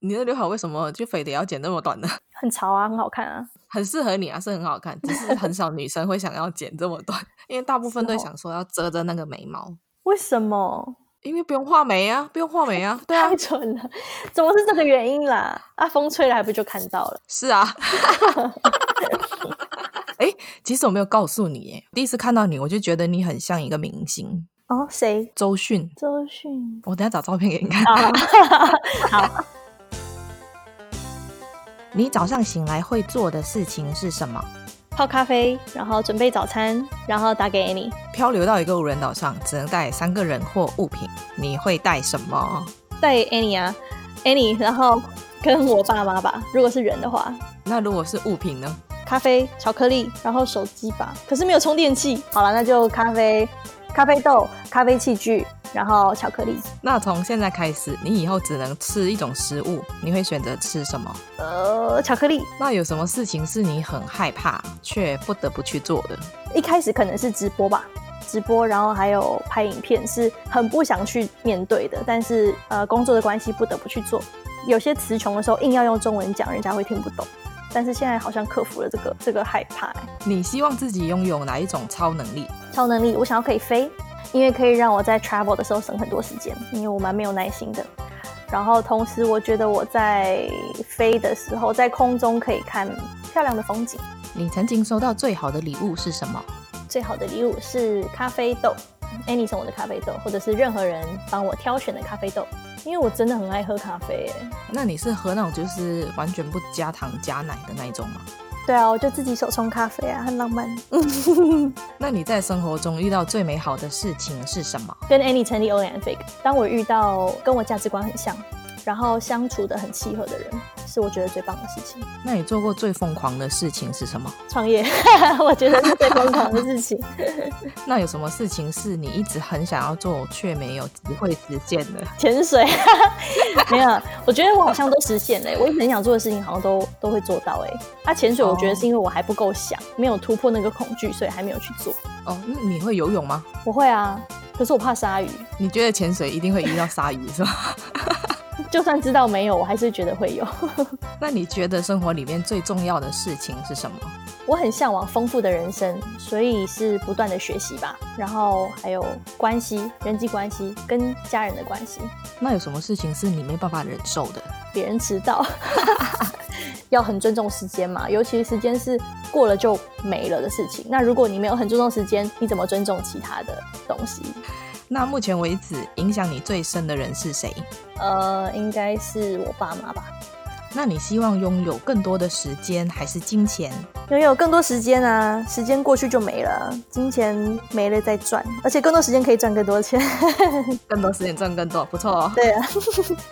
你的刘海为什么就非得要剪那么短呢？ 很潮啊，很好看啊。很适合你啊，是很好看，只是很少女生会想要剪这么短，因为大部分都是哦想说要遮着那个眉毛，为什么？因为不用画眉啊，不用画眉啊，对啊太，蠢了，怎么是这个原因啦？啊，风吹来不就看到了？是啊。 哎、其实我没有告诉你，耶，第一次看到你，我就觉得你很像一个明星，哦，谁？周迅。周 迅我等一下找照片给你看。啊， 你早上醒来会做的事情是什么？泡咖啡，然后准备早餐，然后打给 Annie。漂流到一个无人岛上，只能带三个人或物品，你会带什么？带 Annie 啊，Annie，然后跟我爸妈吧。如果是人的话，那如果是物品呢？咖啡、巧克力，然后手机吧。可是没有充电器。好了，那就咖啡、咖啡豆、咖啡器具，然后巧克力。那从现在开始，你以后只能吃一种食物，你会选择吃什么？呃，巧克力。那有什么事情是你很害怕却不得不去做的？一开始可能是直播吧，直播，然后还有拍影片，是很不想去面对的。但是呃，工作的关系不得不去做。有些词穷的时候，硬要用中文讲，人家会听不懂。但是现在好像克服了这个这个害怕、欸你希望自己拥有哪一种超能力？超能力，我想要可以飞，因为可以让我在 travel 的时候省很多时间，因为我蛮没有耐心的。然后同时，我觉得我在飞的时候，在空中可以看漂亮的风景。你曾经收到最好的礼物是什么？最好的礼物是咖啡豆，Annie 送我的咖啡豆，或者是任何人帮我挑选的咖啡豆，因为我真的很爱喝咖啡耶。那你是喝那种就是完全不加糖加奶的那一种吗？对啊，我就自己手冲咖啡啊，很浪漫。那你在生活中遇到最美好的事情是什么？跟 Annie 成立 o l a n f i c 当我遇到跟我价值观很像，然后相处的很契合的人，是我觉得最棒的事情。那你做过最疯狂的事情是什么？创业， 我觉得是最疯狂的事情。那有什么事情是你一直很想要做却没有机会实现的？潜水，啊没有，我觉得我好像都实现了欸、我一直很想做的事情好像都都会做到、欸。哎，啊，潜水我觉得是因为我还不够想，没有突破那个恐惧，所以还没有去做。哦，那你会游泳吗？我会啊，可是我怕鲨鱼，你觉得潜水一定会遇到鲨鱼是吧？ 就算知道没有，我还是觉得会有。 那你觉得生活里面最重要的事情是什么？我很向往丰富的人生，所以是不断的学习吧，然后还有关系、人际关系跟家人的关系，那有什么事情是你没办法忍受的？别人迟到。 要很尊重时间嘛，尤其时间是过了就没了的事情。那如果你没有很尊重时间，你怎么尊重其他的东西？那目前为止影响你最深的人是谁？呃，应该是我爸妈吧。那你希望拥有更多的时间还是金钱？拥有更多时间啊，时间过去就没了，金钱没了再赚，而且更多时间可以赚更多 钱。更多时间赚更多，不错哦。对啊，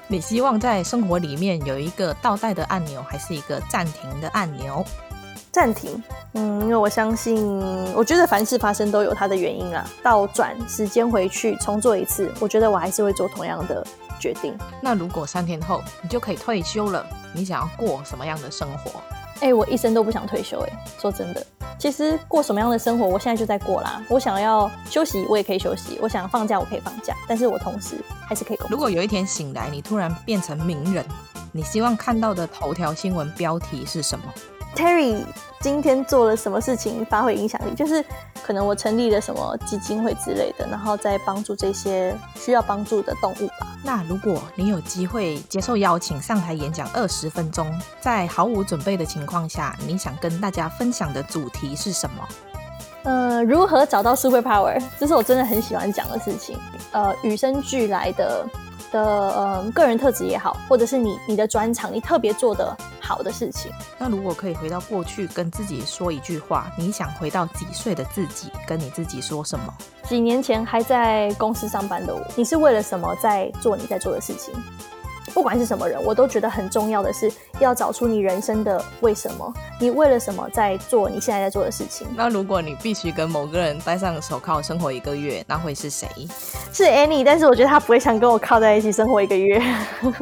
你希望在生活里面有一个倒带的按钮，还是一个暂停的按钮？暂停。嗯，因为我相信，我觉得凡事发生都有它的原因啊。倒转时间回去重做一次，我觉得我还是会做同样的决定。那如果三天后你就可以退休了，你想要过什么样的生活？哎、我一生都不想退休、哎，说真的，其实过什么样的生活，我现在就在过啦。我想要休息，我也可以休息；我想放假，我可以放假。但是我同时还是可以工如作。果有一天醒来，你突然变成名人，你希望看到的头条新闻标题是什么？ Terry 今天做了什么事情发挥影响力，就是可能我成立了什么基金会之类的，然后再帮助这些需要帮助的动物吧。那如果你有机会接受邀请上台演讲二十分钟，在毫无准备的情况下，你想跟大家分享的主题是什么？呃，如何找到 super power，这是我真的很喜欢讲的事情。呃，与生俱来的的呃个人特质也好，或者是你你的专长，你特别做的好的事情。那如果可以回到过去，跟自己说一句话，你想回到几岁的自己，跟你自己说什么？几年前还在公司上班的我，你是为了什么在做你在做的事情？不管是什么人，我都觉得很重要的是要找出你人生的为什么，你为了什么在做你现在在做的事情？那如果你必须跟某个人戴上手铐生活一个月，那会是谁？是 Annie，但是我觉得她不会想跟我靠在一起生活一个月。为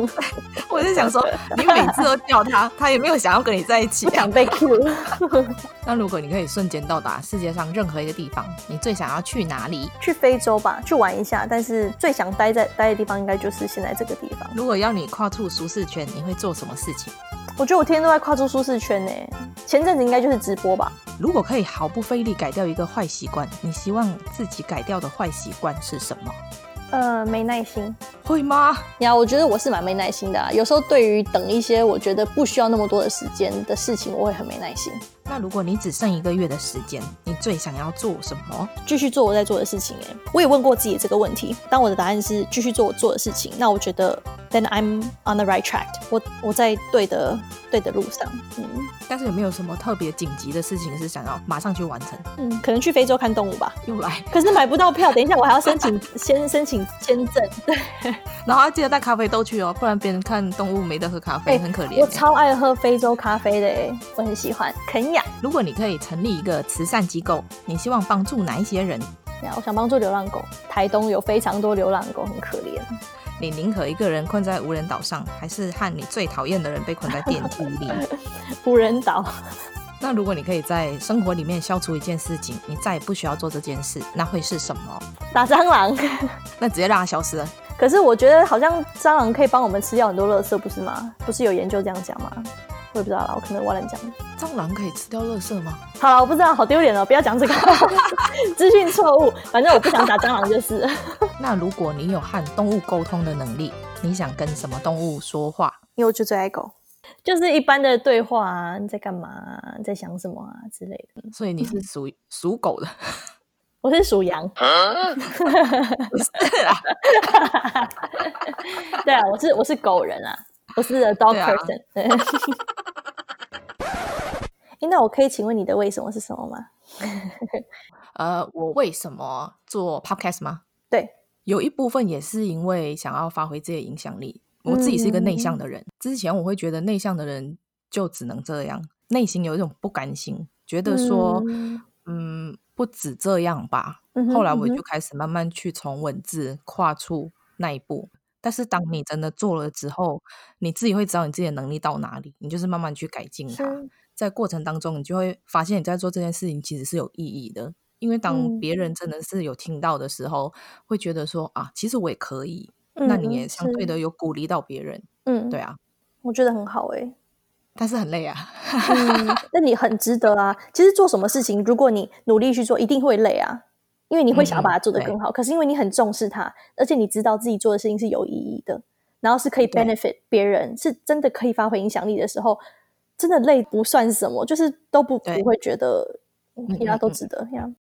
我就想说，你每次都叫他，他也没有想要跟你在一起不啊、 想 被 Q。那如果你可以瞬间到达世界上任何一个地方，你最想要去哪里？去非洲吧，去玩一下，但是最想待在待的地方应该就是现在这个地方。如果要你跨出舒适圈，你会做什么事情？我觉得我天天都在跨出舒适圈呢、前阵子应该就是直播吧，如果可以毫不费力改掉一个坏习惯，你希望自己改掉的坏习惯是什么？呃，没耐心。会吗？呀，我觉得我是蛮没耐心的、啊。有时候对于等一些我觉得不需要那么多的时间的事情，我会很没耐心。那如果你只剩一个月的时间，你最想要做什么？继续做我在做的事情、欸。我也问过自己这个问题。当我的答案是继续做我做的事情，那我觉得 then I'm on the right track 我。我在对的对的路上。嗯但是有没有什么特别紧急的事情是想要马上去完成？嗯，可能去非洲看动物吧。又来，可是买不到票，等一下我还要申 请先申请签证。对，然后要记得带咖啡豆去哦，不然别人看动物没得喝咖啡，哎很可怜欸。我超爱喝非洲咖啡的、欸，我很喜欢肯雅。如果你可以成立一个慈善机构，你希望帮助哪一些人？呀我想帮助流浪狗，台东有非常多流浪狗，很可怜。你宁可一个人困在无人岛上，还是和你最讨厌的人被困在电梯里？无人岛，那如果你可以在生活里面消除一件事情，你再也不需要做这件事，那会是什么？打蟑螂。那直接让它消失了。 可是我觉得好像蟑螂可以帮我们吃掉很多垃圾，不是吗？不是有研究这样讲吗？我也不知道啦，我可能乱讲。蟑螂可以吃掉垃圾吗？好了，我不知道，好丢脸哦！不要 讲这个，资讯错误。反正我不想打蟑螂就是了。那如果你有和动物沟通的能力，你想跟什么动物说话？ 因为我就最爱狗，就是一般的对话啊，你在干嘛、啊？你在想什么啊之类的。所以你是属于属狗的，我是属 羊，不是啦。对啊，我是我是狗人啊，我是 a dog 对啊 person。对 诶那我可以请问你的为什么是什么吗？呃，我为什么做 podcast 吗？对，有一部分也是因为想要发挥自己的影响力。我自己是一嗯个内向的人，之前我会觉得内向的人就只能这样，内心有一种不甘心，觉得说，嗯嗯不止这样吧。嗯哼后来我嗯哼就开始慢慢去从文字跨出那一步。但是当你真的做了之后，你自己会知道你自己的能力到哪里，你就是慢慢去改进它。是在过程当中，你就会发现你在做这件事情其实是有意义的。因为当嗯别人真的是有听到的时候，会觉得说啊，其实我也可以。那你也相对，的有鼓励到别人，嗯嗯，对对，啊，我觉得很好哎、但是很累啊。嗯，那你很值得啊。其实做什么事情，如果你努力去做，一定会累啊，因为你会嗯想要把它做得更好。可是因为你很重视它，而且你知道自己做的事情是有意义的，然后是可以对 benefit 别人，是真的可以发挥影响力的时候，真的累不算什么，就是都不对不会觉得嗯呀嗯都嗯值得呀。